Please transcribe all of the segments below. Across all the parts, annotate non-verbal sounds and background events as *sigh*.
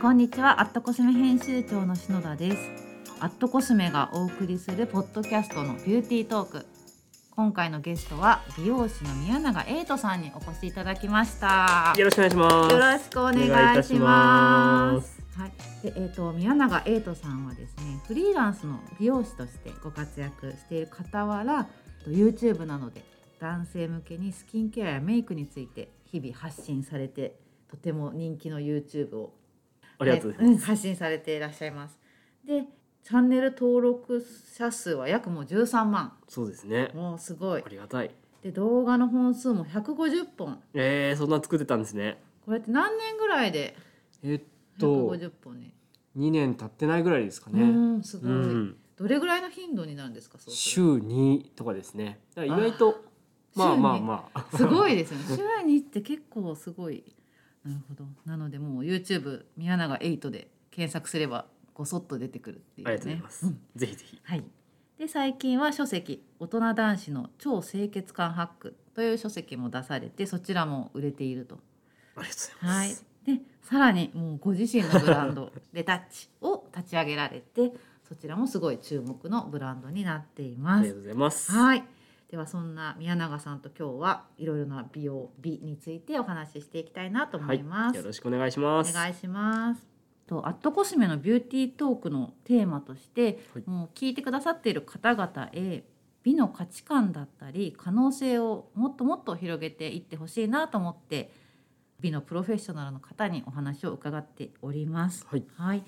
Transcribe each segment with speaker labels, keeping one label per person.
Speaker 1: こんにちは、アットコスメ編集長の篠田です。アットコスメがお送りするポッドキャストのビューティートーク。今回のゲストは美容師の宮永瑛斗さんにお越しいただきました。
Speaker 2: よろしくお願いします。
Speaker 1: よろしくお願いします。はい、で、えっ、と、宮永瑛斗さんはですね、フリーランスの美容師としてご活躍している傍ら。えっと YouTube などで、男性向けにスキンケアやメイクについて、日々発信されて。とても人気の YouTube を
Speaker 2: ありがとうござい
Speaker 1: はいうん発信されていらっしゃいます。で、チャンネル登録者数は約もう13万。
Speaker 2: ます。そうですね。
Speaker 1: もうすごい
Speaker 2: あ。りがたい。
Speaker 1: で、動画の本数も150本。
Speaker 2: えー、そんな作ってたんですね。
Speaker 1: これって何年ぐらいで
Speaker 2: えっと、
Speaker 1: 150本ね。
Speaker 2: 2年経ってないぐらいですか
Speaker 1: う
Speaker 2: ね。
Speaker 1: ん、すご
Speaker 2: う
Speaker 1: い、
Speaker 2: ん。
Speaker 1: どれぐらいの頻度になるんですか、そうする
Speaker 2: 週2とかですね。だから意外と、
Speaker 1: あ
Speaker 2: まあまあ
Speaker 1: 週に
Speaker 2: まあ。
Speaker 1: とすごいですよね。週にって結構すごい。なるほど。なのでもう YouTube 宮永エイトで検索すればごそっと出てくるっていう
Speaker 2: あ
Speaker 1: ね。
Speaker 2: りがとうございます
Speaker 1: ん。
Speaker 2: ぜひぜひ。
Speaker 1: はい、で最近は書籍「大人男子の超清潔感ハック」という書籍も出されてそちらも売れていると。
Speaker 2: ありがとうございま
Speaker 1: はい
Speaker 2: す。、
Speaker 1: でさらにもうご自身のブランド「レタッチ」を立ち上げられてそちらもすごい注目のブランドになってい
Speaker 2: あ
Speaker 1: ま
Speaker 2: り
Speaker 1: す
Speaker 2: がと。うございます。
Speaker 1: はいではそんな宮永さんと今日はいろいろな美容美についてお話ししていきたいなと思います。
Speaker 2: よろしくお願いします。
Speaker 1: お願いします。とアットコスメのビューティートークのテーマとして、
Speaker 2: はい
Speaker 1: もう聞いてくださっている方々へ美の価値観だったり可能性をもっともっと広げていってほしいなと思って美のプロフェッショナルの方にお話を伺っております。
Speaker 2: はい。
Speaker 1: はい、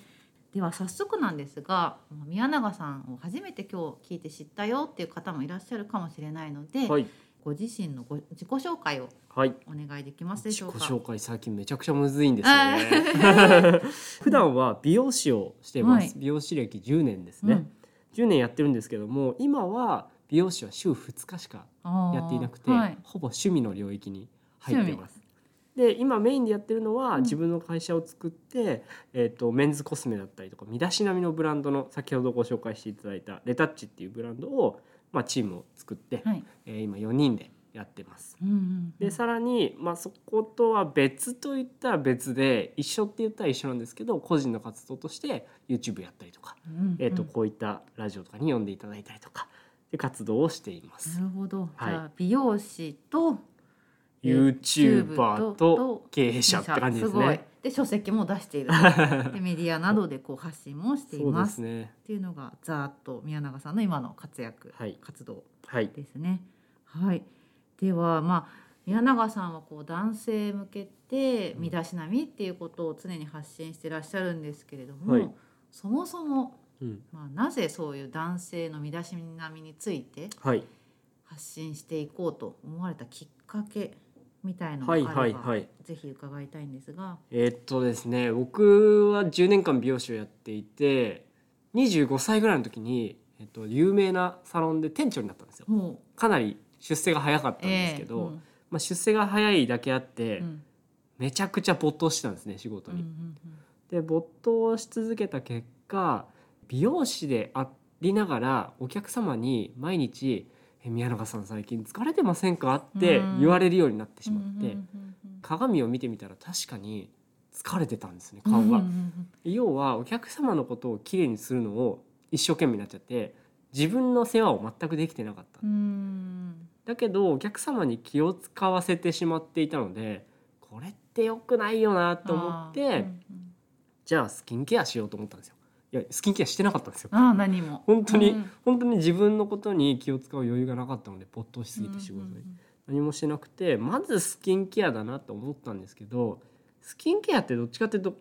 Speaker 1: では早速なんですが宮永さんを初めて今日聞いて知ったよっていう方もいらっしゃるかもしれないので、
Speaker 2: はい。
Speaker 1: ご自身のご自己紹介を
Speaker 2: はい。
Speaker 1: お願いできますでし
Speaker 2: 自己
Speaker 1: ょうか。
Speaker 2: 紹介最近めちゃくちゃむずいんですよね。 *laughs* 普段は美容師をしてま
Speaker 1: はい
Speaker 2: す。美容師歴10年ですね。10年やってるんですけども今は美容師は週2日しか
Speaker 1: うん
Speaker 2: やっていなくて、
Speaker 1: あーはい
Speaker 2: ほぼ趣味の領域に入ってます。で今メインでやってるのは、
Speaker 1: うん
Speaker 2: 自分の会社を作って、えー、とメンズコスメだったりとか身だしなみのブランドの先ほどご紹介していただいたレタッチっていうブランドを、まあ、チームを作って、
Speaker 1: はい
Speaker 2: えー今4人でやってます。
Speaker 1: うんうんうん
Speaker 2: でさらに、まあ、そことは別といったら別で一緒って言ったら一緒なんですけど個人の活動として YouTube やったりとか
Speaker 1: うん
Speaker 2: えー、と
Speaker 1: うん
Speaker 2: こういったラジオとかに呼んでいただいたりとかで活動をしています。
Speaker 1: なるほど、
Speaker 2: はい
Speaker 1: じゃあ美容師と
Speaker 2: ユーチューバーと経営者って感じです
Speaker 1: ごい
Speaker 2: ね。
Speaker 1: で書籍も出している
Speaker 2: *laughs*
Speaker 1: でメディアなどでこう発信もしてい
Speaker 2: そう
Speaker 1: ま
Speaker 2: ですすね。
Speaker 1: っていうのがざーっと宮永さんの今の活躍、
Speaker 2: はい
Speaker 1: 活動
Speaker 2: はい。
Speaker 1: ですね。はい、ではまあ宮永さんはこう男性向けて身だしなみっていうことを常に発信してらっしゃるんですけれども、
Speaker 2: はい
Speaker 1: そもそも、
Speaker 2: うん。
Speaker 1: まあ、なぜそういう男性の身だしなみについて
Speaker 2: はい。
Speaker 1: 発信していこうと思われたきっかけみたいのがあ
Speaker 2: は
Speaker 1: れ
Speaker 2: い
Speaker 1: ば、
Speaker 2: はいはい。
Speaker 1: ぜひ伺いたいんですが、
Speaker 2: えーっとですね僕は10年間美容師をやっていて25歳ぐらいの時に、えっと有名なサロンで店長になったんですよ。
Speaker 1: もう
Speaker 2: かなり出世が早かったんですけど、まあ、出世が早いだけあって、
Speaker 1: ええうんうん
Speaker 2: めちゃくちゃ没頭してたんですね仕事
Speaker 1: うんう
Speaker 2: に。
Speaker 1: ん
Speaker 2: で没頭し続けた結果美容師でありながらお客様に毎日「え宮永さん最近疲れてませんか?」って
Speaker 1: うん
Speaker 2: 言われるようになってし
Speaker 1: うん
Speaker 2: まって、
Speaker 1: うんうんうん
Speaker 2: 鏡を見てみたら確かに疲れてたんですね
Speaker 1: うん
Speaker 2: 顔が。
Speaker 1: うんうん
Speaker 2: 要はお客様のことをきれいにするのを一生懸命になっちゃって自分の世話を全くできてなかった
Speaker 1: うんうん
Speaker 2: だけどお客様に気を使わせてしまっていたのでこれって良くないよなと思っ
Speaker 1: あーう
Speaker 2: て
Speaker 1: んうん
Speaker 2: じゃあスキンケアしようと思ったんですよいやスキンケアしてなかったんですよ
Speaker 1: あー何も
Speaker 2: 本当に、
Speaker 1: うん
Speaker 2: 本当に自分のことに気を使う余裕がなかったので没頭しすぎて仕事に、
Speaker 1: うん
Speaker 2: 何もしてなくてまずスキンケアだなと思ったんですけどスキンケアってどっちかっていうと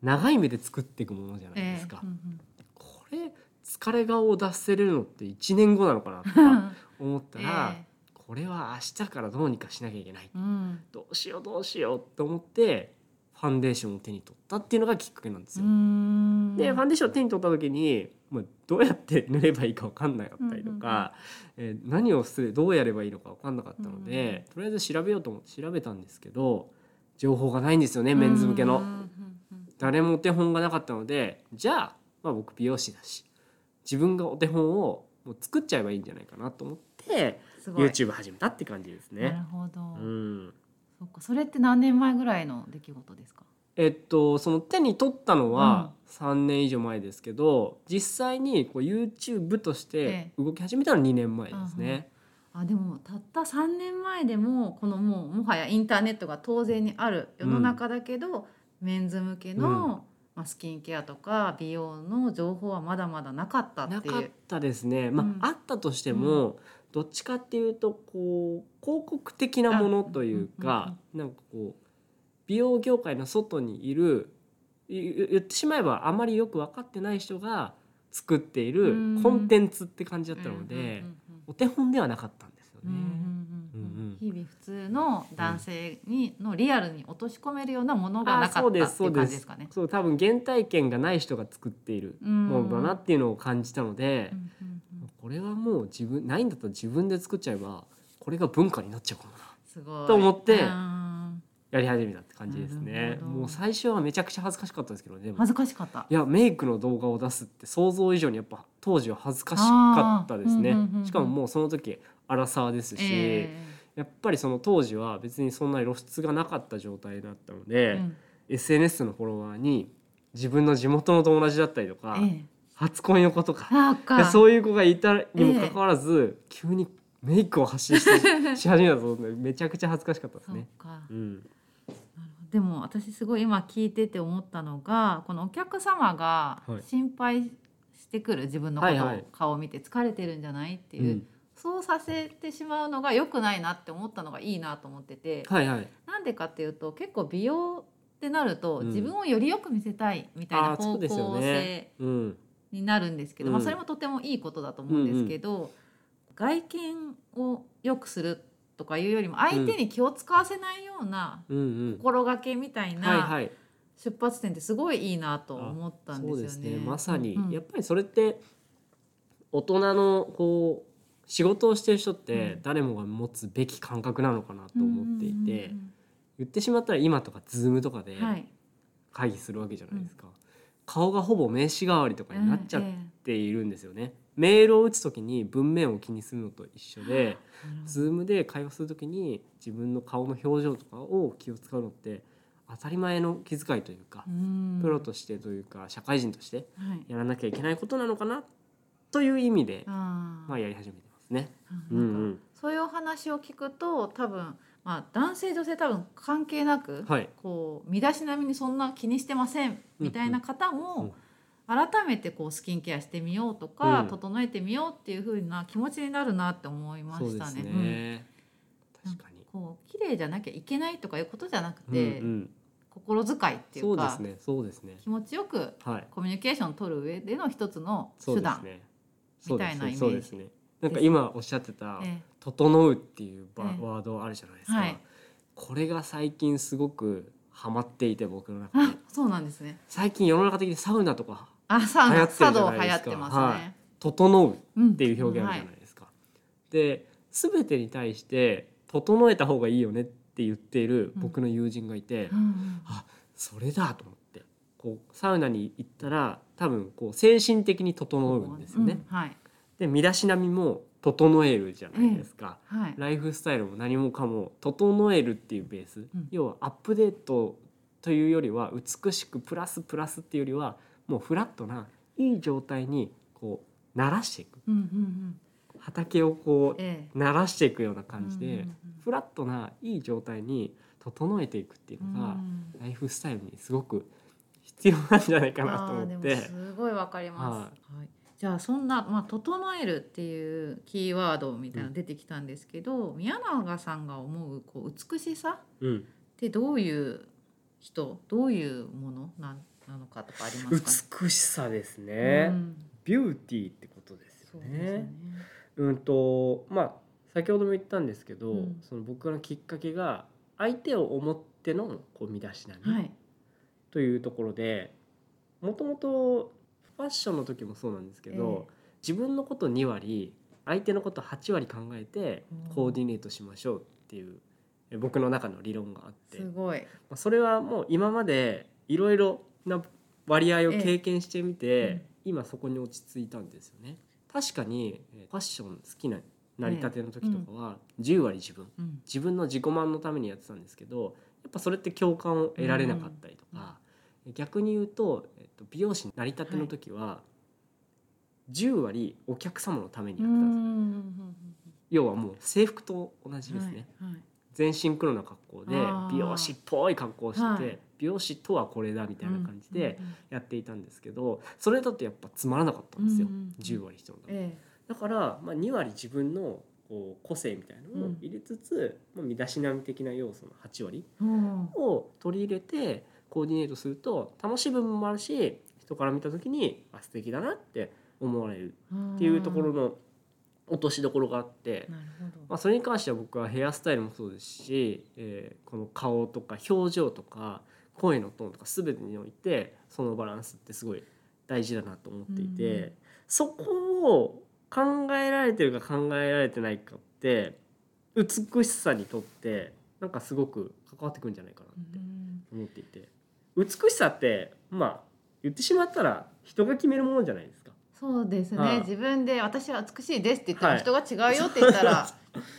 Speaker 2: 長い目で作っていくものじゃないですか、
Speaker 1: うんうん
Speaker 2: これ疲れ顔を出せれるのって1年後なのかなと
Speaker 1: ええ
Speaker 2: か思ったら、
Speaker 1: *laughs* え
Speaker 2: これは明日からどうにかしなきゃいけない
Speaker 1: えうん
Speaker 2: どうしようどうしようと思ってファンデーションを手に取ったっていうのがきっかけなんです
Speaker 1: う
Speaker 2: よ。
Speaker 1: ん
Speaker 2: でファンデーションを手に取った時に、まあ、どうやって塗ればいいか分かんなかったりとか、えー何をするどうやればいいのか分かんなかったので、とりあえず調べようと思って調べたんですけど情報がないんですよねメンズ向けの。
Speaker 1: うんうんうん
Speaker 2: 誰もお手本がなかったのでじゃあ,、まあ僕美容師だし自分がお手本をもう作っちゃえばいいんじゃないかなと思って
Speaker 1: すごい
Speaker 2: YouTube 始めたって感じです
Speaker 1: なる
Speaker 2: ね。
Speaker 1: ほど、
Speaker 2: うん
Speaker 1: そっかそれって何年前ぐらいの出来事ですか
Speaker 2: えっとその手に取ったのは3年以上前ですけど、実際にこう YouTube として
Speaker 1: え
Speaker 2: 動き始めたのは2年前ですね。
Speaker 1: あでもたった3年前でもこのもうもはやインターネットが当然にある世の中だけど、メンズ向けの、
Speaker 2: うん
Speaker 1: まあ、スキンケアとか美容の情報はまだまだなかった
Speaker 2: な
Speaker 1: って
Speaker 2: か
Speaker 1: い
Speaker 2: っ
Speaker 1: う。
Speaker 2: たですね。まあ、
Speaker 1: うん
Speaker 2: あったとしても、どっちかっていうとこう広告的なものというか、なんかこう美容業界の外にいるい言ってしまえばあまりよく分かってない人が作っている
Speaker 1: うん
Speaker 2: コンテンツって感じだったので、お手本ではなかったんですよ
Speaker 1: うんうんうんうん
Speaker 2: ね。
Speaker 1: うんうん
Speaker 2: うんうん
Speaker 1: 日々普通の男性にのリアルに落とし込めるようなものが
Speaker 2: あ
Speaker 1: な
Speaker 2: ー
Speaker 1: か
Speaker 2: そう
Speaker 1: った
Speaker 2: で
Speaker 1: っ
Speaker 2: す
Speaker 1: て
Speaker 2: そ
Speaker 1: いうう感
Speaker 2: で
Speaker 1: じですすかね。
Speaker 2: そう多分原体験がない人が作っているものだなっていうのを感じたので
Speaker 1: う、んうんうん
Speaker 2: これはもう自分ないんだったら自分で作っちゃえばこれが文化になっちゃうかもな
Speaker 1: すごい。
Speaker 2: と思って
Speaker 1: うん
Speaker 2: やり始めたって感じです
Speaker 1: な
Speaker 2: ね
Speaker 1: るほど
Speaker 2: もう最初はめちゃくちゃ恥ずかしかったですけどねでも
Speaker 1: 恥ずかしかった
Speaker 2: い。やメイクの動画を出すって想像以上にやっぱ当時は恥ずかしかったですね、
Speaker 1: あーうんうんうんうん
Speaker 2: しかももうその時アラサーですし、
Speaker 1: え
Speaker 2: やっぱりその当時は別にそんなに露出がなかった状態だったので、
Speaker 1: えうん
Speaker 2: SNS のフォロワーに自分の地元の友達だったりとか、
Speaker 1: ええ
Speaker 2: 初恋の子とか
Speaker 1: なん
Speaker 2: で
Speaker 1: か
Speaker 2: そういう子がいたにもかかわらず、急にメイクを発信してし始めたと思うんでめちゃくちゃ恥ずかしかったです
Speaker 1: そう
Speaker 2: ね。
Speaker 1: か
Speaker 2: うん、
Speaker 1: なるほどでも私すごい今聞いてて思ったのがこのお客様が
Speaker 2: はい
Speaker 1: 心配してくる自分のことを、
Speaker 2: はいはい
Speaker 1: 顔を見て疲れてるんじゃないっていうう、
Speaker 2: ん、
Speaker 1: そうさせてしまうのが良くないなって思ったのがいいなと思ってて、
Speaker 2: はいはい。
Speaker 1: なんでかっていうと結構美容ってなると、
Speaker 2: うん
Speaker 1: 自分をよりよく見せたいみたい
Speaker 2: あ
Speaker 1: な
Speaker 2: あーそ
Speaker 1: 方
Speaker 2: うですよ
Speaker 1: 向性
Speaker 2: ね。うん、
Speaker 1: になるんですけど、
Speaker 2: うん
Speaker 1: まあ、それもとてもいいことだと思うんですけど、外見を良くするとかいうよりも相手に気を使わせないような
Speaker 2: うんうん。
Speaker 1: 心がけみたい
Speaker 2: はい
Speaker 1: な
Speaker 2: はい。
Speaker 1: 出発点ってすごいいいなと思ったんです
Speaker 2: そ
Speaker 1: よ
Speaker 2: う
Speaker 1: ね。
Speaker 2: ですね。まさに、
Speaker 1: うん
Speaker 2: やっぱりそれって大人のこう仕事をしてる人って
Speaker 1: うん
Speaker 2: 誰もが持つべき感覚なのかなと思っていて、
Speaker 1: うん
Speaker 2: 言ってしまったら今とかズームとかで
Speaker 1: うんうんはい、
Speaker 2: 会議するわけじゃないですか。顔がほぼ名刺代わりとかになっちゃっ
Speaker 1: うんえ
Speaker 2: ているんですよね。メールを打つときに文面を気にするのと一緒で、
Speaker 1: えなるほど
Speaker 2: ズームで会話するときに自分の顔の表情とかを気を使うのって当たり前の気遣いというか、
Speaker 1: うん
Speaker 2: プロとしてというか社会人として
Speaker 1: はい、
Speaker 2: やらなきゃいけないことなのかなという意味で、
Speaker 1: あー
Speaker 2: まあやり始めてますね。
Speaker 1: あ
Speaker 2: うんう
Speaker 1: なんか
Speaker 2: ん、
Speaker 1: そういうお話を聞くと多分、まあ、男性女性多分関係なく、
Speaker 2: はい
Speaker 1: こう身だしなみにそんな気にしてませんみたいな方も、改めてこうスキンケアしてみようとか、
Speaker 2: うん
Speaker 1: 整えてみようっていう風な気持ちになるなって思いま
Speaker 2: そう
Speaker 1: し
Speaker 2: で
Speaker 1: た
Speaker 2: す
Speaker 1: ね。
Speaker 2: ね。
Speaker 1: うん
Speaker 2: 確かに。
Speaker 1: うん、こう綺麗じゃなきゃいけないとかいうことじゃなく
Speaker 2: うんう
Speaker 1: て、
Speaker 2: ん、
Speaker 1: 心遣いってい
Speaker 2: そううで
Speaker 1: か
Speaker 2: すね。そうですね。
Speaker 1: 気持ちよく
Speaker 2: はい。
Speaker 1: コミュニケーションを取る上での一つの
Speaker 2: そ
Speaker 1: 手
Speaker 2: うで
Speaker 1: 段
Speaker 2: す。ね。
Speaker 1: みたいなイメージ
Speaker 2: そうですね。なんか今おっしゃってた
Speaker 1: え
Speaker 2: 「整う」っていうば
Speaker 1: ええ
Speaker 2: ワードあるじゃないですか、
Speaker 1: はい
Speaker 2: これが最近すごくハマっていて僕の中
Speaker 1: あ
Speaker 2: で、
Speaker 1: そうなんですね。
Speaker 2: 最近世の中的にサウナとか
Speaker 1: あ、サウ
Speaker 2: 流行
Speaker 1: ナ、
Speaker 2: ってる
Speaker 1: 茶
Speaker 2: じゃ
Speaker 1: 道
Speaker 2: な
Speaker 1: 流
Speaker 2: いですか
Speaker 1: 行ってますね。
Speaker 2: はい「整う」
Speaker 1: うん
Speaker 2: っていう表現あるじゃないですか。で全てに対して「整えた方がいいよね」って言っている僕の友人がいて、
Speaker 1: うんうん
Speaker 2: あそれだと思ってこうサウナに行ったら多分こう精神的に整うんですよね。
Speaker 1: うんはい
Speaker 2: で身だしなみも整えるじゃないですか。
Speaker 1: はい。
Speaker 2: ライフスタイルも何もかも整えるっていうベース、
Speaker 1: ん
Speaker 2: 要はアップデートというよりは美しくプラスプラスっていうよりはもうフラットないい状態にこう慣らしていく
Speaker 1: うんうんうん。
Speaker 2: 畑をこう
Speaker 1: ええ。
Speaker 2: 慣らしていくような感じで、
Speaker 1: うんうんうん
Speaker 2: フラットないい状態に整えていくっていうの
Speaker 1: う
Speaker 2: が、
Speaker 1: ん
Speaker 2: ライフスタイルにすごく必要なんじゃないかなと
Speaker 1: あーで
Speaker 2: 思っ
Speaker 1: も
Speaker 2: て。
Speaker 1: すごいわかります。はい。じゃあそんなまあ整えるっていうキーワードみたいなの出てきたんですけど、宮永さんが思うこう美しさ
Speaker 2: うん
Speaker 1: ってどういう人どういうものなんなのかとかありますか、ね。
Speaker 2: 美しさですね、
Speaker 1: うん
Speaker 2: ビューティーってことです
Speaker 1: そ
Speaker 2: よ
Speaker 1: うですね。
Speaker 2: うんとまあ先ほども言ったんですけど、
Speaker 1: うん
Speaker 2: その僕のきっかけが相手を思ってのこう身だしな
Speaker 1: は
Speaker 2: み
Speaker 1: い。
Speaker 2: というところでもともとファッションの時もそうなんですけど、自分のこと2割相手のこと8割考えて
Speaker 1: うん
Speaker 2: コーディネートしましょうっていう、え僕の中の理論があって、
Speaker 1: す
Speaker 2: ま
Speaker 1: ごい。
Speaker 2: あ、それはもう今までいろいろな割合を経験してみて、
Speaker 1: え
Speaker 2: 今そこに落ち着いたんですよね。確かにえーファッション好きな成り立ての時とかは10割自分
Speaker 1: うん。
Speaker 2: 自分の自己満のためにやってたんですけどやっぱそれって共感を得られなかったりとか、逆に言うと、えっと、美容師になりたての時は、10割お客様のためにやってたんです要はもう制服と同じですね、
Speaker 1: はいはい
Speaker 2: 全身黒の格好で
Speaker 1: あー
Speaker 2: 美容師っぽい格好をして、
Speaker 1: はい
Speaker 2: 美容師とはこれだみたいな感じで
Speaker 1: うんうんうん
Speaker 2: やっていたんですけどそれだとやっぱつまらなかったんですよ、
Speaker 1: うんうんうん
Speaker 2: 10割人のため
Speaker 1: え
Speaker 2: だから、まあ、2割自分のこう個性みたいなのを入れつつ、まあ、身だしなみ的な要素の8割
Speaker 1: えうん
Speaker 2: を取り入れてコーディネートすると楽しい部分もあるし人から見た時にあ素敵だなって思われるっていうところの落としどころがあって。
Speaker 1: なるほ
Speaker 2: まあ、それに関しては僕はヘアスタイルもそうですし、えーこの顔とか表情とか声のトーンとか全てにおいてそのバランスってすごい大事だなと思っていて、
Speaker 1: うんうん
Speaker 2: そこを考えられてるか考えられてないかって美しさにとってなんかすごく関わってくるんじゃないかなって
Speaker 1: どうん
Speaker 2: 思っていて美しさってまあ言ってしまったら人が決めるものじゃないですか。
Speaker 1: そうですね、
Speaker 2: はい
Speaker 1: 自分で私は美しいですって言ったら、
Speaker 2: はい
Speaker 1: 人が違うよって言ったら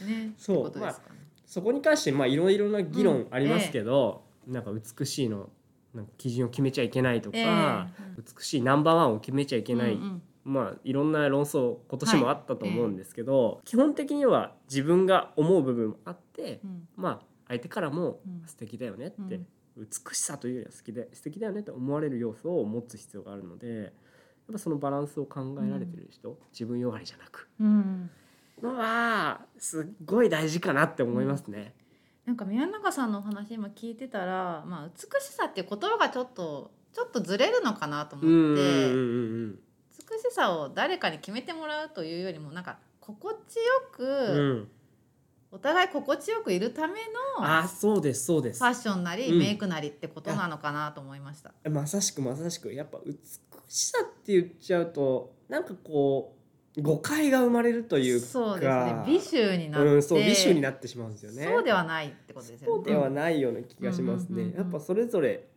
Speaker 1: ね
Speaker 2: そう
Speaker 1: ってことですかね、
Speaker 2: そこに関してまあいろいろな議論ありますけど、なんか美しいのなんか基準を決めちゃいけないとか、
Speaker 1: ええ
Speaker 2: 美しいナンバーワンを決めちゃいけない、
Speaker 1: うんうん
Speaker 2: まあいろんな論争今年もあったと思うんですけど、基本的には自分が思う部分もあって、
Speaker 1: うん
Speaker 2: まあ相手からも
Speaker 1: うん
Speaker 2: 素敵だよねって、
Speaker 1: うん
Speaker 2: 美しさというよりは好きで素敵だよねって思われる要素を持つ必要があるのでやっぱそのバランスを考えられてる人、自分よがりじゃなく
Speaker 1: うん
Speaker 2: のはすっごい大事かなって思いますね。
Speaker 1: なんか宮永さんのお話今聞いてたら、まあ、美しさっていう言葉がちょっとちょっとずれるのかなと思
Speaker 2: うんうん
Speaker 1: っ
Speaker 2: う
Speaker 1: て、
Speaker 2: んうん
Speaker 1: 美しさを誰かに決めてもらうというよりもなんか心地よく、
Speaker 2: うん、
Speaker 1: お互い心地よくいるためのフ
Speaker 2: あそうですそうです
Speaker 1: ァッションなり
Speaker 2: うん
Speaker 1: メイクなりってことなのかなと思いました。
Speaker 2: まさしくまさしくやっぱ美しさって言っちゃうとなんかこう誤解が生まれるというか
Speaker 1: そうですね美醜になって、
Speaker 2: うん、そう美醜になってしまうんですよね
Speaker 1: そうではないってことですよね。
Speaker 2: そうではないような気がしますね、
Speaker 1: うんうんうんうん
Speaker 2: やっぱそれぞれ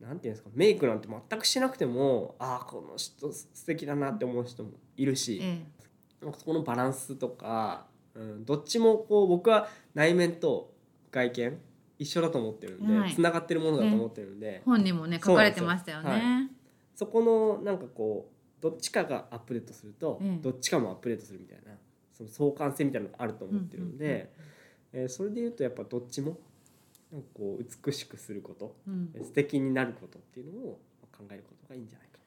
Speaker 2: なんていうんですかメイクなんて全くしなくてもああこの人素敵だなって思う人もいるし、
Speaker 1: え
Speaker 2: なんかそこのバランスとか、うん、どっちもこう僕は内面と外見一緒だと思ってるんで、
Speaker 1: はい
Speaker 2: 繋がってるものだと思ってるんで、
Speaker 1: え、本にもね書かれてましたよ
Speaker 2: そうな
Speaker 1: ね。
Speaker 2: そこのなんかこうどっちかがアップデートすると、
Speaker 1: うん
Speaker 2: どっちかもアップデートするみたいなその相関性みたいなのがあると思ってるんで、えーそれで言うとやっぱどっちもなんかこう美しくすること
Speaker 1: うん
Speaker 2: 素敵になることっていうのを考えることがいいんじゃないか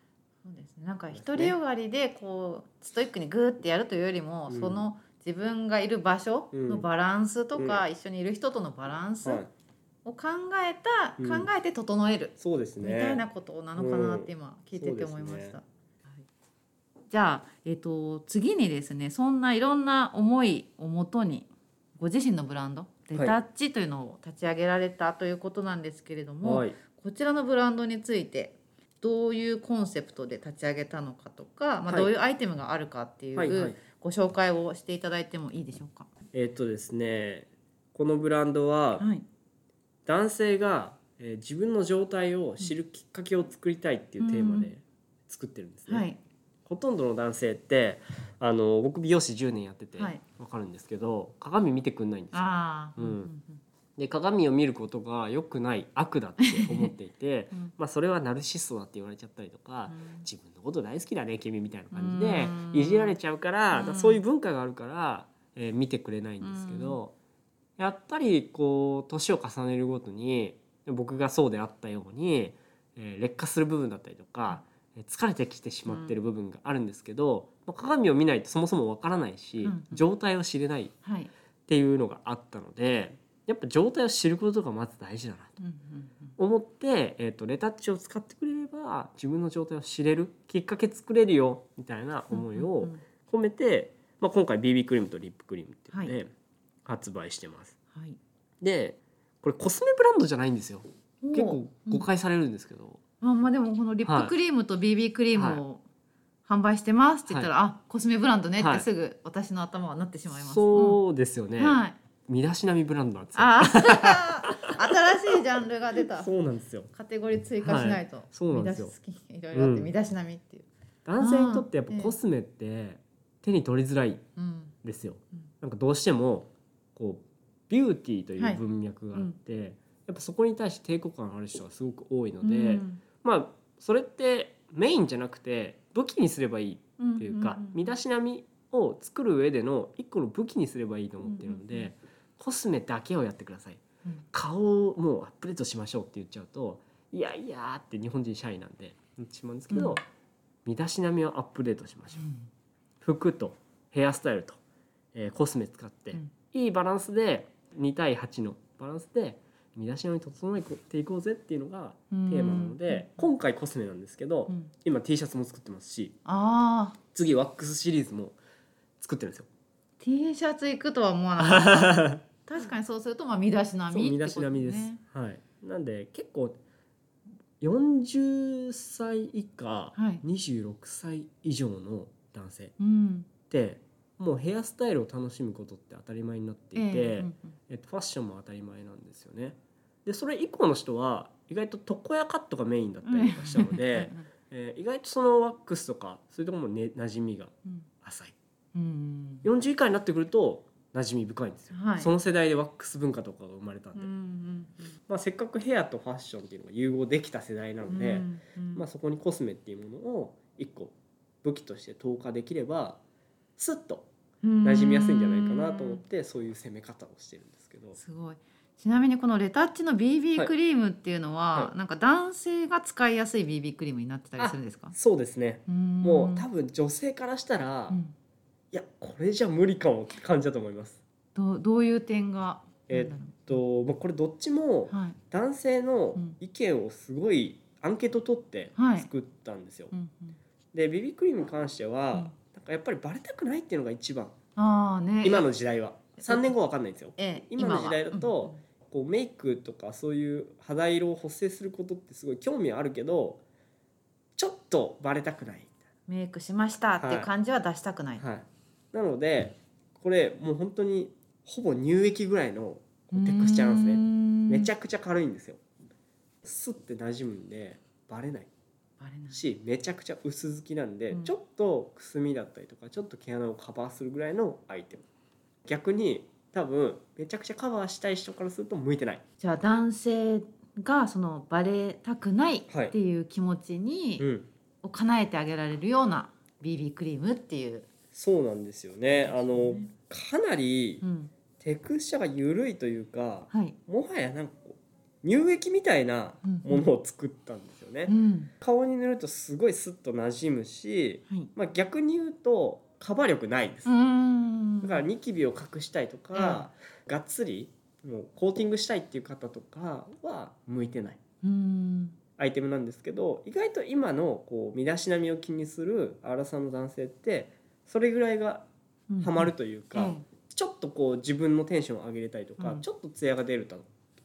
Speaker 1: そうですね。なんか独りよがりでこうストイックにグーってやるというよりも、
Speaker 2: うん
Speaker 1: その自分がいる場所のバランスとか、
Speaker 2: う
Speaker 1: 一緒にいる人とのバランス
Speaker 2: な。はい、
Speaker 1: を考えた、
Speaker 2: うん
Speaker 1: 考えて整える
Speaker 2: そうです
Speaker 1: み
Speaker 2: ね。
Speaker 1: たいなことなのかなって今聞いてて思いました。
Speaker 2: そうですね
Speaker 1: はいじゃあ、えっと次にですねそんないろんな思いをもとにご自身のブランドデタッチというのを立ち上げられたということなんですけれども、
Speaker 2: はい、
Speaker 1: こちらのブランドについてどういうコンセプトで立ち上げたのかとか、まあ、
Speaker 2: はい
Speaker 1: どういうアイテムがあるかってい
Speaker 2: はいは
Speaker 1: う
Speaker 2: い
Speaker 1: ご紹介をしていただいてもいいでしょうか。
Speaker 2: えーっとですねこのブランドは、
Speaker 1: はい、
Speaker 2: 男性が、えー自分の状態を知るきっかけを作りたいっていうテーマで作ってるんですね。
Speaker 1: はい、
Speaker 2: ほとんどの男性ってあの僕美容師10年やってて
Speaker 1: はい
Speaker 2: わかるんですけど、鏡見てくんないんですよ。
Speaker 1: ああ、、
Speaker 2: うんで鏡を見ることが良くない悪だって思っていて
Speaker 1: *laughs* うん
Speaker 2: まあ、それはナルシストだって言われちゃったりとか、
Speaker 1: うん
Speaker 2: 自分のこと大好きだね君みたいな感
Speaker 1: うん
Speaker 2: じでいじられちゃうから
Speaker 1: うん
Speaker 2: だからそういう文化があるから、えー見てくれないんですけど、やっぱりこう年を重ねるごとに僕がそうであったように、えー劣化する部分だったりとか、えー疲れてきてしまってる部分があるんですけど、まあ鏡を見ないとそもそもわからないし、
Speaker 1: うん
Speaker 2: 状態を知れないっ
Speaker 1: はい、
Speaker 2: ていうのがあったのでやっぱ状態を知ることがまず大事だな
Speaker 1: うんうんうん
Speaker 2: 思って、えー、とレタッチを使ってくれれば自分の状態を知れるきっかけ作れるよみたいな思い
Speaker 1: うん
Speaker 2: を
Speaker 1: うん
Speaker 2: 込めて、まあ、今回 BB クリームとリップクリームっていうので発売してます。
Speaker 1: うんはい、
Speaker 2: でこれコスメブランドじゃないんですよ結構誤
Speaker 1: うん
Speaker 2: 解されるんですけど、
Speaker 1: あまあでもこのリップクリームと BB クリームを販売してますって言ったら、あコスメブランドねっ
Speaker 2: は
Speaker 1: て
Speaker 2: い
Speaker 1: すぐ私の頭はなってしまいます。
Speaker 2: そうですよ
Speaker 1: う
Speaker 2: ね、
Speaker 1: んはい、
Speaker 2: 身だしなみブランドなんですよ
Speaker 1: あー新しいジャンルが出た。
Speaker 2: そうなんですよ
Speaker 1: カテゴリー追加しないと、
Speaker 2: そうなんですよ
Speaker 1: 身だし好きいろいろあって
Speaker 2: うん
Speaker 1: 身だしなみっていう、
Speaker 2: 男性にとってやっぱ
Speaker 1: あー
Speaker 2: コスメって手に取りづらい
Speaker 1: うん
Speaker 2: ですよ
Speaker 1: うん。
Speaker 2: なんかどうしてもこうビューティーという文脈があって、ややっぱそこに対して抵抗感ある人がすごく多いの
Speaker 1: うん
Speaker 2: で、まあそれってメインじゃなくて武器にすればいい
Speaker 1: うん
Speaker 2: っていうか、
Speaker 1: んん
Speaker 2: 身だしなみを作る上での一個の武器にすればいいと思ってるので、
Speaker 1: うんうんうん
Speaker 2: コスメだけをやってください
Speaker 1: うん
Speaker 2: 顔をもうアップデートしましょうって言っちゃうといやいやーって日本人シャイなんで言ってしまうんですけど、
Speaker 1: うん
Speaker 2: 身だしなみをアップデートしましょう
Speaker 1: うん
Speaker 2: 服とヘアスタイルと、えーコスメ使って、
Speaker 1: うん
Speaker 2: いいバランスで2対8のバランスで身だしなみ整えていこうぜっていうのがテーマなので、今回コスメなんですけど、
Speaker 1: うん
Speaker 2: 今 T シャツも作ってますし
Speaker 1: ああ
Speaker 2: 次ワックスシリーズも作ってるんですよ。
Speaker 1: T シャツ行くとは思わなかった確かにそうするとまあ身だしな
Speaker 2: そう
Speaker 1: み
Speaker 2: 身だしなみです。はい。なんで結構40歳以下、
Speaker 1: はい
Speaker 2: 26歳以上の男性っ
Speaker 1: うん
Speaker 2: てもうヘアスタイルを楽しむことって当たり前になっていて、
Speaker 1: ええうん
Speaker 2: えっと、ファッションも当たり前なんですよね。でそれ以降の人は意外と床屋カットがメインだったりとかしたので、
Speaker 1: *laughs*
Speaker 2: えー意外とそのワックスとかそういうところも、ね、馴染みが
Speaker 1: うん
Speaker 2: 浅い。
Speaker 1: うんうん
Speaker 2: 40以下になってくると馴染み深いんですよ、
Speaker 1: はい
Speaker 2: その世代でワックス文化とかが生まれたん
Speaker 1: う
Speaker 2: で、
Speaker 1: んうん
Speaker 2: まあ、せっかくヘアとファッションっていうのが融合できた世代な
Speaker 1: う
Speaker 2: の
Speaker 1: ん
Speaker 2: で、
Speaker 1: うんうん
Speaker 2: まあ、そこにコスメっていうものを一個武器として投下できればスッと馴染みやすいんじゃないかなと思ってそういう攻め方をしてるんですけど
Speaker 1: すごいちなみにこのレタッチの BB
Speaker 2: はい
Speaker 1: クリームっていうのは、
Speaker 2: は
Speaker 1: なんか男性が使いやすい BB クリームになってたりするんですか
Speaker 2: そうですね
Speaker 1: も
Speaker 2: もう多分女性からしたら、
Speaker 1: う
Speaker 2: い
Speaker 1: ん
Speaker 2: やこれじゃ無理かもって感じだと思います。
Speaker 1: どうどういう点が
Speaker 2: え
Speaker 1: なんだ
Speaker 2: とまあ、これどっちも
Speaker 1: ろうはい
Speaker 2: 男性の
Speaker 1: うん
Speaker 2: 意見をすごいアンケート取って
Speaker 1: はい
Speaker 2: 作ったんですよ。
Speaker 1: うんうん
Speaker 2: でビビクリームに関しては、
Speaker 1: うん
Speaker 2: なんかやっぱりバレたくないっていうのが一番
Speaker 1: ああね
Speaker 2: 今の時代は3年後は分かんないんですよ。
Speaker 1: ええ
Speaker 2: 今の時代だと
Speaker 1: は
Speaker 2: こうメイクとかそういう肌色を補正することってすごい興味はあるけどちょっとバレたくない。
Speaker 1: うんメイクしましたっていう感じは出したくない、
Speaker 2: はい、なのでこれもう本当にほぼ乳液ぐらいのテクスチャーなんですね。
Speaker 1: ね
Speaker 2: めちゃ
Speaker 1: く
Speaker 2: くちゃ軽いんですよ。スッて馴染むんでバレない。
Speaker 1: バレない
Speaker 2: しめちゃくちゃ薄付きなんで、
Speaker 1: うん
Speaker 2: ちょっとくすみだったりとかちょっと毛穴をカバーするぐらいのアイテム逆に多分めちゃくちゃカバーしたい人からすると向いてない、
Speaker 1: じゃあ男性がそのバレたくないっていう気持ちに、
Speaker 2: うん、
Speaker 1: を叶えてあげられるような BB クリームっていう、
Speaker 2: そうなんですよねあの
Speaker 1: ね
Speaker 2: かなり
Speaker 1: うん、
Speaker 2: テクスチャが緩いというか
Speaker 1: はい、
Speaker 2: もはやなんかこう乳液みたいなものを作ったんですよね、
Speaker 1: うん、
Speaker 2: 顔に塗るとすごいスッと馴染むし、
Speaker 1: はい、
Speaker 2: まあ、逆に言うとカバー力ないです
Speaker 1: うーん、
Speaker 2: だからニキビを隠したいとか、がっつりもうコーティングしたいっていう方とかは向いてないう
Speaker 1: ーん、
Speaker 2: アイテムなんですけど意外と今のこう身だしなみを気にするアラサーの男性ってそれぐらいが
Speaker 1: うん
Speaker 2: ハマるというか、
Speaker 1: え
Speaker 2: ちょっとこう自分のテンションを上げれたりとか、
Speaker 1: うん
Speaker 2: ちょっとツヤが出ると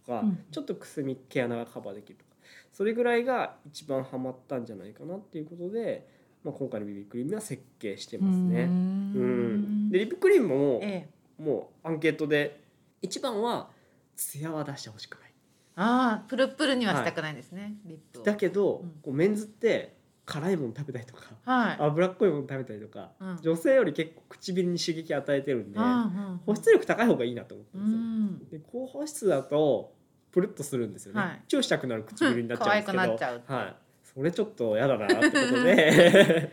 Speaker 2: か、
Speaker 1: うん
Speaker 2: ちょっとくすみ毛穴がカバーできるとかそれぐらいが一番ハマったんじゃないかなっていうことで、まあ、今回のビビクリームは設計して
Speaker 1: え
Speaker 2: ます
Speaker 1: うー
Speaker 2: ね。うん
Speaker 1: ん
Speaker 2: でリップクリームも、
Speaker 1: ええ、
Speaker 2: もうアンケートで一番はツヤは出してほしくない
Speaker 1: ああ、プルプルにはしたくないんですね、リップを。
Speaker 2: だけど、
Speaker 1: うん
Speaker 2: こうメンズって辛いもの食べたりとか *laughs*
Speaker 1: はい、
Speaker 2: 脂っこいもの食べたりとか、
Speaker 1: うん
Speaker 2: 女性より結構唇に刺激与えてるんで、
Speaker 1: あ
Speaker 2: 保湿力高い方がいいなと思って
Speaker 1: う
Speaker 2: るん
Speaker 1: ん、
Speaker 2: ですよ、で高保湿だとプルッとするんですよね、
Speaker 1: はい
Speaker 2: チューしたくなる唇になっちゃうんですけど
Speaker 1: 可愛くなっちゃうっていう
Speaker 2: はい、それちょっと嫌だなってこと *laughs* で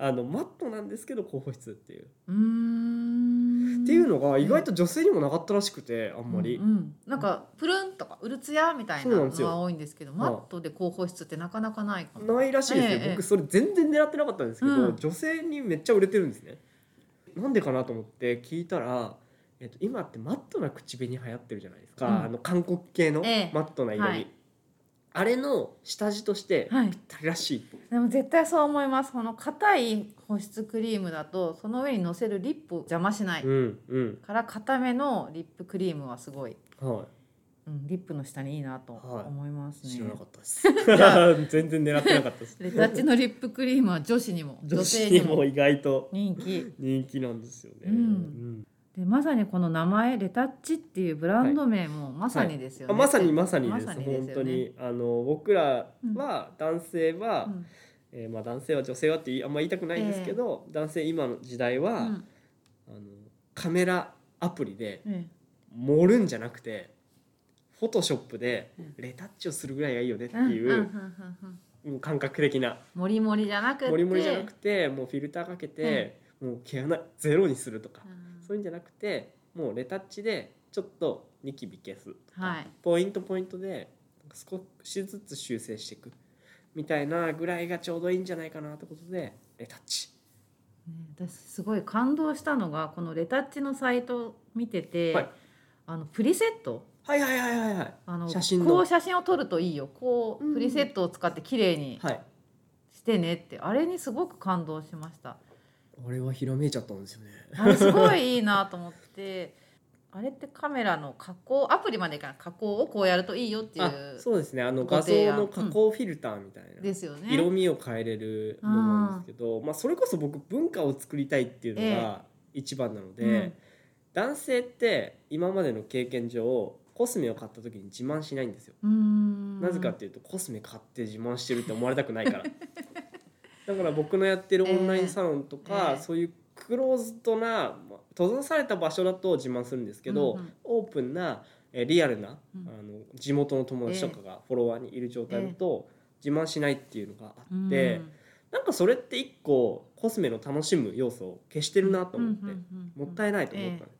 Speaker 2: あのマットなんですけど高保湿っていう、
Speaker 1: うーん、
Speaker 2: っていうのが意外と女性にもなかったらしくてあんまり、
Speaker 1: うんうんなんかプルンとかうるつやみたいな
Speaker 2: そうなん
Speaker 1: の
Speaker 2: ですよ
Speaker 1: は多いんですけどマットで高保湿ってなかなかないかも。
Speaker 2: ないらしいですね、
Speaker 1: ええ
Speaker 2: 僕それ全然狙ってなかったんですけど、
Speaker 1: うん
Speaker 2: 女性にめっちゃ売れてるんですねなんでかなと思って聞いたら、えっと、今ってマットな口紅流行ってるじゃないですか、
Speaker 1: うん
Speaker 2: あの韓国系の
Speaker 1: ええ
Speaker 2: マットな色に、
Speaker 1: はい
Speaker 2: あれの下地として
Speaker 1: はい、
Speaker 2: ぴったりらしい、
Speaker 1: でも絶対そう思いますこの硬い保湿クリームだとその上にのせるリップを邪魔しない、
Speaker 2: うんうん
Speaker 1: から硬めのリップクリームはすごい、
Speaker 2: は
Speaker 1: うん、リップの下にいいなと
Speaker 2: はい
Speaker 1: 思います
Speaker 2: い
Speaker 1: ね、
Speaker 2: 知らなかったです *laughs* 全然狙ってなかったです
Speaker 1: *laughs* レタッチのリップクリームは女子にも
Speaker 2: *laughs* 女
Speaker 1: 女
Speaker 2: 子
Speaker 1: 性
Speaker 2: に
Speaker 1: に
Speaker 2: も
Speaker 1: も
Speaker 2: 意外と
Speaker 1: 人気
Speaker 2: 人気なんですよね、
Speaker 1: うんでまさにこの名前レタッチっていうブランド名もまさにですよね、
Speaker 2: あまさにまさにで
Speaker 1: ますさにですよ
Speaker 2: 本
Speaker 1: ね
Speaker 2: 当にあの僕らは男性は、
Speaker 1: うん
Speaker 2: えーまあ、男性は女性はって言いあんま言いたくないんですけど、男性今の時代は、
Speaker 1: うん
Speaker 2: あのカメラアプリで
Speaker 1: ええ
Speaker 2: 盛るんじゃなくてフォトショップで
Speaker 1: うん
Speaker 2: レタッチをするぐらいがいいよねって
Speaker 1: うん
Speaker 2: い
Speaker 1: うんうん
Speaker 2: う
Speaker 1: うん
Speaker 2: もう感覚的な
Speaker 1: モリモリじゃなくて
Speaker 2: モリモリじゃなくてもうフィルターかけてもう毛穴ゼロにするとか
Speaker 1: うん
Speaker 2: そういうんじゃなくてもうレタッチでちょっとニキビ消すとか、
Speaker 1: はい
Speaker 2: ポイントポイントで少しずつ修正していくみたいなぐらいがちょうどいいんじゃないかなってことでレタッチ。
Speaker 1: ね私すごい感動したのがこのレタッチのサイトを見てて、
Speaker 2: はい
Speaker 1: あのプリセット
Speaker 2: はいはいはいはいはい。
Speaker 1: あの
Speaker 2: 写真の
Speaker 1: こう写真を撮るといいよこ
Speaker 2: うん
Speaker 1: うプリセットを使って綺麗に
Speaker 2: はい。
Speaker 1: してねって、あれにすごく感動しました
Speaker 2: あれはひらめいちゃったんですよね。
Speaker 1: あれすごいいいなと思って *laughs* あれってカメラの加工アプリまでいかない加工をこうやるといいよってい
Speaker 2: あ、
Speaker 1: う
Speaker 2: そうですね。あの
Speaker 1: ご
Speaker 2: 画像
Speaker 1: 提案
Speaker 2: の加工フィルターみたいな。
Speaker 1: ですよね
Speaker 2: 色味を変えれるものなんですけど、まあそれこそ僕文化を作りたいっていうのが一番なので、
Speaker 1: うん
Speaker 2: 男性って今までの経験上コスメを買った時に自慢しないんですよ。
Speaker 1: うーん
Speaker 2: なぜかっていうとコスメ買って自慢してるって思われたくない
Speaker 1: *laughs*
Speaker 2: からだから僕のやってるオンラインサロンとか、
Speaker 1: ええええ
Speaker 2: そういうクローズドなまあ閉ざされた場所だと自慢するんですけど、
Speaker 1: うんうん
Speaker 2: オープンなえーリアルな、
Speaker 1: うん
Speaker 2: あの地元の友達とかがフォロワーにいる状態だと、自慢しないっていうのがあ
Speaker 1: う
Speaker 2: っ
Speaker 1: ん
Speaker 2: て、なんかそれって一個コスメの楽しむ要素を消してるなと思って、もったいないと思ったの、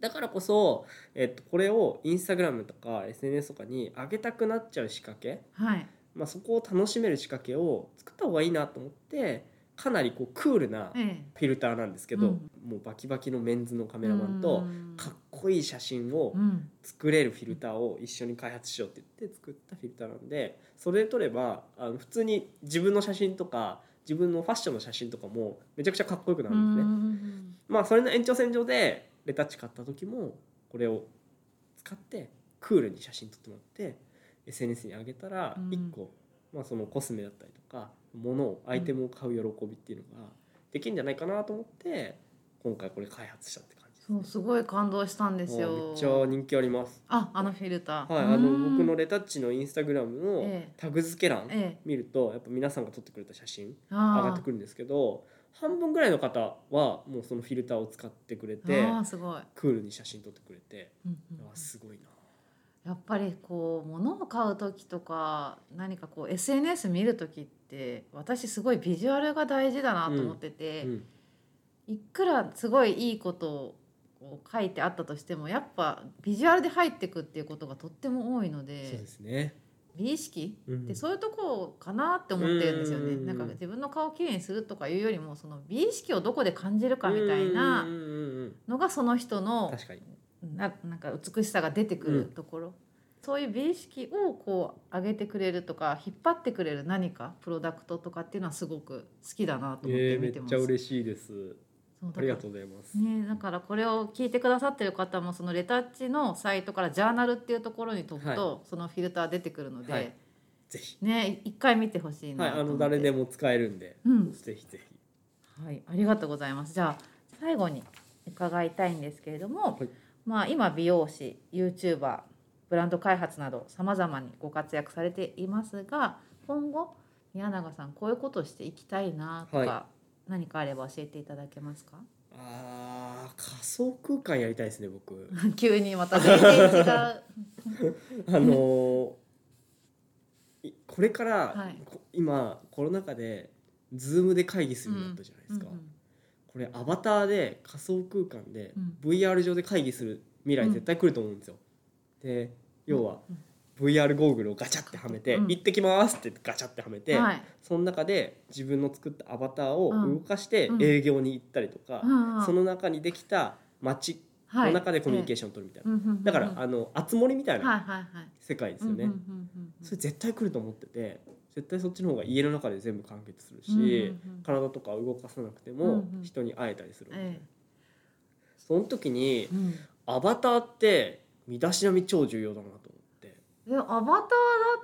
Speaker 2: だからこそ、えっと、これをインスタグラムとか SNS とかに上げたくなっちゃう仕掛け、
Speaker 1: はい
Speaker 2: まあ、そこを楽しめる仕掛けを作った方がいいなと思ってかなりこうクールな
Speaker 1: ええ
Speaker 2: フィルターなんですけど、
Speaker 1: うん
Speaker 2: もうバキバキのメンズのカメラマンと
Speaker 1: うん
Speaker 2: かっこいい写真を
Speaker 1: うん
Speaker 2: 作れるフィルターを一緒に開発しようって言って作ったフィルターなんでそれで撮ればあの普通に自分の写真とか自分のファッションの写真とかもめちゃくちゃかっこよくなるんですね。
Speaker 1: うん
Speaker 2: まあそれの延長線上でレタッチ買った時もこれを使ってクールに写真撮ってもらって SNS に上げたら
Speaker 1: うん
Speaker 2: 1個、まあそのコスメだったりとか物をアイテムを買う喜びっていうのができるんじゃないかなと思って今回これ開発したって感じです、
Speaker 1: そうすごい感動したんです
Speaker 2: あー
Speaker 1: よ
Speaker 2: めっちゃ人気あります。
Speaker 1: ああのフィルター
Speaker 2: はい、あ
Speaker 1: うん
Speaker 2: の僕のレタッチのインスタグラムの
Speaker 1: ええ
Speaker 2: タグ付け欄
Speaker 1: ええ
Speaker 2: 見るとやっぱ皆さんが撮ってくれた写真上がっ
Speaker 1: あ
Speaker 2: てくるんですけど半分ぐらいの方はもうそのフィルターを使ってくれ
Speaker 1: ー
Speaker 2: て
Speaker 1: あーすごい、
Speaker 2: クールに写真撮ってくれて、
Speaker 1: うんうん
Speaker 2: あすごいな
Speaker 1: やっぱりこう物を買う時とか何かこう SNS 見る時って私すごいビジュアルが大事だなと思ってて、
Speaker 2: うん
Speaker 1: いくらすごいいいことを書いてあったとしてもやっぱビジュアルで入ってくっていうことがとっても多いの
Speaker 2: そう
Speaker 1: で
Speaker 2: ですね、
Speaker 1: 美意識
Speaker 2: うん
Speaker 1: でそういうとこかなって思ってるんですよ
Speaker 2: うんうん
Speaker 1: ね。
Speaker 2: うん
Speaker 1: なんか自分の顔をきれいにするとかいうよりもその美意識をどこで感じるかみたいな
Speaker 2: うんうんうんうん
Speaker 1: のがその人の
Speaker 2: 確かに
Speaker 1: ななんか美しさが出てく
Speaker 2: う
Speaker 1: る
Speaker 2: ん
Speaker 1: ところ、そういう美意識をこう上げてくれるとか引っ張ってくれる何かプロダクトとかっていうのはすごく好きだなと思って
Speaker 2: えーめ
Speaker 1: 見
Speaker 2: って
Speaker 1: ます。
Speaker 2: ちゃ嬉しいです
Speaker 1: そうだ
Speaker 2: あ
Speaker 1: から
Speaker 2: りがとうございます、
Speaker 1: ね、だからこれを聞いてくださってる方もそのレタッチのサイトからジャーナルっていうところに飛ぶと、そのフィルター出てくるので、
Speaker 2: はいぜひ
Speaker 1: ね一回見てほしい
Speaker 2: は
Speaker 1: ないと思
Speaker 2: あ
Speaker 1: って、
Speaker 2: の誰でも使えるんで、
Speaker 1: うん
Speaker 2: ぜひぜひ
Speaker 1: はい、ありがとうございます。じゃあ最後に伺いたいんですけれども、
Speaker 2: はい
Speaker 1: まあ今美容師、YouTuber、ブランド開発など様々にご活躍されていますが、今後宮永さんこういうことをしていきたいなとか、
Speaker 2: は
Speaker 1: 何かあれば教えていただけますか？ *laughs*
Speaker 2: あー仮想空間やりたいですね僕
Speaker 1: 急にまた全
Speaker 2: *laughs*
Speaker 1: 然違う。
Speaker 2: あのーいこれから、
Speaker 1: はい
Speaker 2: こ今コロナ禍でズームで会議するようになったじゃないで
Speaker 1: うん
Speaker 2: すか、これアバターで仮想空間で
Speaker 1: うん
Speaker 2: VR 上で会議する未来絶対来ると思うんですよ。で要は VR ゴーグルをガチャってはめて「
Speaker 1: うん
Speaker 2: 行ってきます」ってガチャってはめて、
Speaker 1: うんはい、
Speaker 2: その中で自分の作ったアバターを動かして
Speaker 1: うん
Speaker 2: 営業に行ったりとか、
Speaker 1: うん
Speaker 2: その中にできた街の中でコミュニケーションを取るみたいな、
Speaker 1: ョン
Speaker 2: だからあの熱盛みたい
Speaker 1: はい
Speaker 2: な
Speaker 1: はいはい。
Speaker 2: 世界ですよね、
Speaker 1: うんうんうんうん
Speaker 2: それ絶対来ると思ってて絶対そっちの方が家の中で全部完結するし、
Speaker 1: うんうんうん
Speaker 2: 体とか動かさなくて
Speaker 1: うん
Speaker 2: も
Speaker 1: うん
Speaker 2: 人に会えたりするわけじゃない
Speaker 1: え
Speaker 2: その時に
Speaker 1: えうん
Speaker 2: アバターって身だしなみ超重要だなと思って
Speaker 1: でアバターだ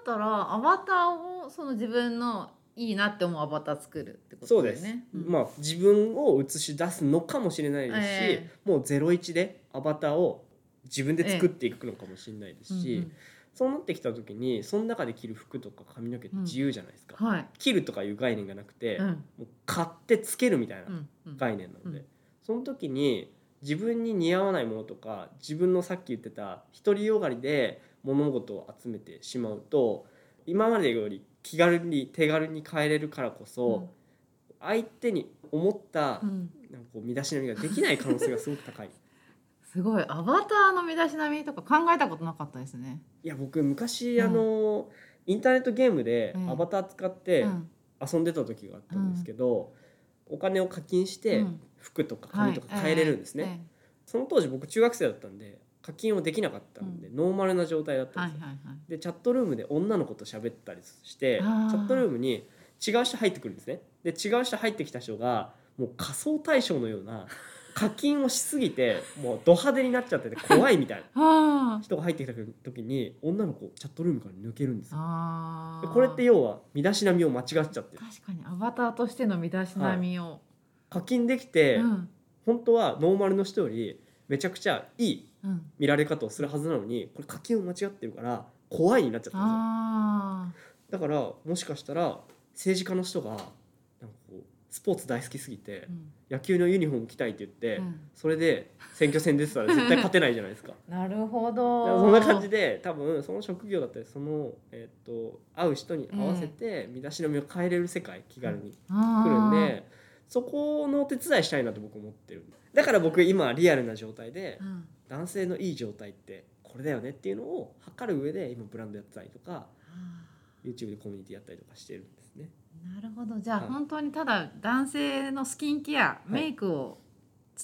Speaker 1: ったらアバターをその自分のいいなって思うアバター作るってことだよね。
Speaker 2: まあ自分を映し出すのかもしれないですし、
Speaker 1: え
Speaker 2: もう01でアバターを自分で作っていくのかもしれないですし、そうなってきた時にその中で着る服とか髪の毛って自由じゃないですか、
Speaker 1: うんうんはい。
Speaker 2: 着るとかいう概念がなくて、
Speaker 1: うん
Speaker 2: もう買ってつけるみたいな
Speaker 1: うんうん
Speaker 2: 概念なので、
Speaker 1: うん
Speaker 2: その時に自分に似合わないものとか自分のさっき言ってた独りよがりで物事を集めてしまうと今までより気軽に手軽に変えれるからこそ、相手に思った
Speaker 1: うん
Speaker 2: なんかこう身だしなみができない可能性がすごく
Speaker 1: *laughs*
Speaker 2: 高い。
Speaker 1: すごいアバターの身だしなみとか考えたことなかったですね。
Speaker 2: いや僕昔、
Speaker 1: うん
Speaker 2: あのインターネットゲームで
Speaker 1: うん
Speaker 2: アバター使って
Speaker 1: うん
Speaker 2: 遊んでた時があったんですけど、お金を課金して
Speaker 1: うん
Speaker 2: 服とか髪とか変えれるんですね、
Speaker 1: はい
Speaker 2: その当時僕中学生だったんで課金をできなかったんで、ノーマルな状態だった
Speaker 1: は
Speaker 2: ん
Speaker 1: い
Speaker 2: ですよ、
Speaker 1: はいはい。
Speaker 2: でチャットルームで女の子と喋ったりしてチ
Speaker 1: あー
Speaker 2: ャットルームに違う人入ってくるんですねで違う人入ってきた人がもう仮想対象のような課金をしすぎてもうド派手になっちゃってて怖いみたいな
Speaker 1: あー
Speaker 2: 人が入ってきた時に女の子チャットルームから抜けるんですよ
Speaker 1: あ
Speaker 2: で
Speaker 1: ー。
Speaker 2: これって要は身だしなみを間違っちゃってる
Speaker 1: 確かにアバターとしての身だしなみを。
Speaker 2: 課金できて、
Speaker 1: うん
Speaker 2: 本当はノーマルの人よりめちゃくちゃいい
Speaker 1: うん。
Speaker 2: 見られ方をするはずなのにこれ課金を間違ってるから怖いになっちゃったん
Speaker 1: あ
Speaker 2: ですよだからもしかしたら政治家の人がなんかこうスポーツ大好きすぎて
Speaker 1: あ。うん
Speaker 2: 野球のユニフォーム着たいって言って、
Speaker 1: うん
Speaker 2: それで選挙戦出てたら絶対勝てないじゃない
Speaker 1: *laughs*
Speaker 2: ですか
Speaker 1: なるほ
Speaker 2: だ
Speaker 1: ど
Speaker 2: から。そんな感じで多分その職業だったりその、えっと会う人に合わせて身だしなみを変えれる世界気軽に来るんでそこのお手伝いしたいなと僕思ってるだから僕今リアルな状態で
Speaker 1: あー。うん
Speaker 2: 男性のいい状態ってこれだよねっていうのを測る上で今ブランドやったりとか
Speaker 1: あー
Speaker 2: YouTube でコミュニティやったりとかしてるんですね
Speaker 1: なるほどじゃあ
Speaker 2: はい
Speaker 1: 本当にただ男性のスキンケア、
Speaker 2: い
Speaker 1: メイクを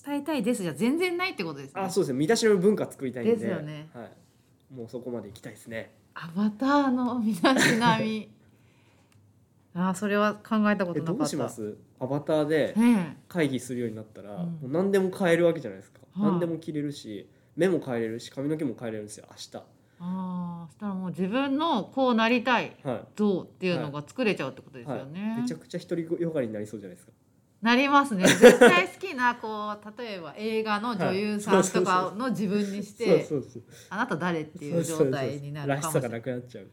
Speaker 1: 伝えたいですじゃ全然ないってことですね
Speaker 2: あそうですね身だしなみ文化作りたいんで
Speaker 1: ですよね
Speaker 2: はい、もうそこまで行きたいですね
Speaker 1: アバターの身だしな
Speaker 2: *laughs*
Speaker 1: みあーそれは考えたこ
Speaker 2: え
Speaker 1: となか
Speaker 2: ど
Speaker 1: った
Speaker 2: うしますアバターで
Speaker 1: ね
Speaker 2: 会議するようになったら、
Speaker 1: うん
Speaker 2: もう何でも変えるわけじゃないですか、
Speaker 1: はい
Speaker 2: 何でも着れるし目も変えれるし髪の毛も変えれるんですよ明
Speaker 1: えああしたらもう自分のこうなりたい
Speaker 2: 日は
Speaker 1: 像っていうのが作れちゃうってことで
Speaker 2: い、
Speaker 1: すよね、
Speaker 2: はい、めちゃくちゃ独りよがりになりそうじゃないですか
Speaker 1: なります
Speaker 2: *laughs*
Speaker 1: ね絶対好きなこう例えば映画の女優さんとかの自分にして
Speaker 2: そうそうそう
Speaker 1: あなた誰っていう状態になるかもしれな
Speaker 2: らしさが
Speaker 1: い
Speaker 2: なくなっちゃう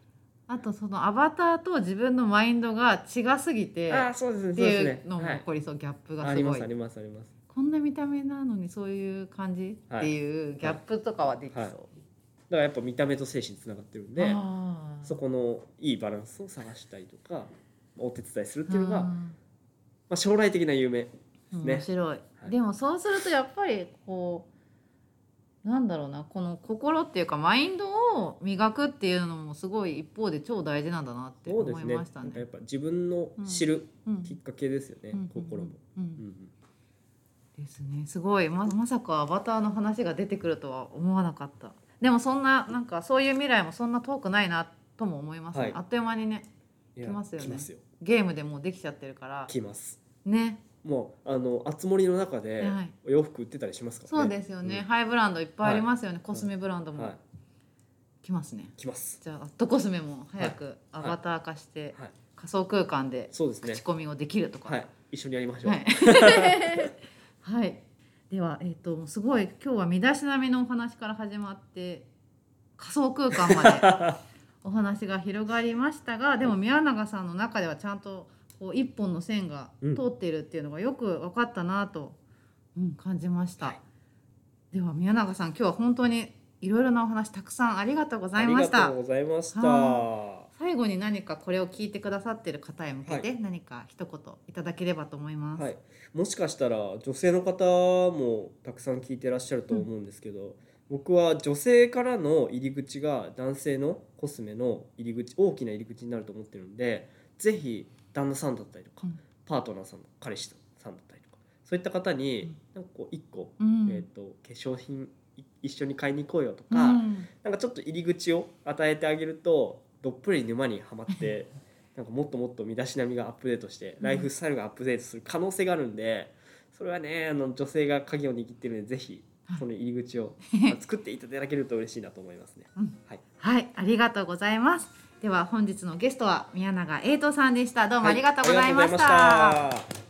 Speaker 1: あとそのアバターと自分のマインドが違すぎて
Speaker 2: ああそうです
Speaker 1: っ
Speaker 2: ねそ
Speaker 1: て
Speaker 2: うです
Speaker 1: い
Speaker 2: ね
Speaker 1: うのも
Speaker 2: は
Speaker 1: 起
Speaker 2: い
Speaker 1: こりそうギャップが
Speaker 2: あ
Speaker 1: す
Speaker 2: りま
Speaker 1: ご
Speaker 2: すあ
Speaker 1: い
Speaker 2: りますあります
Speaker 1: こんな見た目なのにそういう感じ
Speaker 2: は
Speaker 1: っ
Speaker 2: い
Speaker 1: ていうギャップとかはできそ
Speaker 2: はいうだからやっぱ見た目と精神つながってるんで
Speaker 1: あー
Speaker 2: そこのいいバランスを探したりとかお手伝いするっていうのが、
Speaker 1: う
Speaker 2: ま
Speaker 1: ん
Speaker 2: あ、将来的な夢ですね
Speaker 1: 面白い、
Speaker 2: い
Speaker 1: でもそうするとやっぱりこうなんだろうなこの心っていうかマインドを磨くっていうのもすごい一方で超大事なんだなって
Speaker 2: そう
Speaker 1: 思
Speaker 2: です
Speaker 1: い
Speaker 2: ね
Speaker 1: ました
Speaker 2: なんかや
Speaker 1: ね
Speaker 2: っ。ぱ自分の知る
Speaker 1: うん
Speaker 2: きっかけですよね、
Speaker 1: うん
Speaker 2: 心も、
Speaker 1: うん
Speaker 2: うんうん
Speaker 1: ですねすごいままさかアバターの話が出てくるとは思わなかったでもそんななんかそういう未来もそんな遠くないなとも思いますね、
Speaker 2: はい
Speaker 1: あっという間にね
Speaker 2: いや
Speaker 1: 来ますよね
Speaker 2: 来ますよ
Speaker 1: ゲームでもうできちゃってるから
Speaker 2: 来ます
Speaker 1: ね
Speaker 2: もうあの熱盛の中で
Speaker 1: はい
Speaker 2: お洋服売ってたりしますから
Speaker 1: そうですよね、
Speaker 2: うん
Speaker 1: ハイブランドいっぱいありますよね、コスメブランド
Speaker 2: は
Speaker 1: も
Speaker 2: い
Speaker 1: 来ますね、
Speaker 2: 来ます
Speaker 1: じゃあアットコスメも早くアバター化して、
Speaker 2: はい
Speaker 1: 仮想空間で
Speaker 2: そうですね
Speaker 1: 口コミをできるとか、
Speaker 2: はい一緒にやりましょう、 *laughs*
Speaker 1: はい。はい。では、えっ、と、もうすごい、今日は身だしなみのお話から始まって。仮想空間
Speaker 2: *laughs*
Speaker 1: まで。お話が広がりましたが、でも宮永さんの中ではちゃんと。こう一本の線が
Speaker 2: うん
Speaker 1: 通っているっていうのがよく分かったなと、うん、感じました。では宮永さん、今日は本当にいろいろなお話たくさんありがとうござ
Speaker 2: あ
Speaker 1: い
Speaker 2: り
Speaker 1: ま
Speaker 2: が
Speaker 1: した
Speaker 2: とう。ございました。
Speaker 1: は最後に何かこれを聞いてくださっている方へ向けて
Speaker 2: は
Speaker 1: 何か一言いただければと思います。
Speaker 2: はい、もしかしたら女性の方もたくさん聞いてらっしゃると思うんですけど、僕は女性からの入り口が男性のコスメの入り口大きな入り口になると思ってるんでぜひ旦那さんだったりとか、
Speaker 1: うん
Speaker 2: パートナーさん彼氏さんだったりとかそういった方に、
Speaker 1: うん
Speaker 2: なんかこう1個、
Speaker 1: うん
Speaker 2: えー、と化粧品い一緒に買いに行こうよとか、
Speaker 1: うん
Speaker 2: なんかちょっと入り口を与えてあげるとどっぷり沼にはまって
Speaker 1: *laughs*
Speaker 2: なんかもっともっと身だしなみがアップデートして
Speaker 1: うん
Speaker 2: ライフスタイルがアップデートする可能性があるんでそれはねあの女性が鍵を握ってるのでぜひその入り
Speaker 1: *laughs*
Speaker 2: 口をまあ作っていただけると嬉しいなと思いますね。
Speaker 1: はい、ありがとうございます。では本日のゲストは宮永瑛斗さんでした。どうもありがとうございました。
Speaker 2: ありがとうございました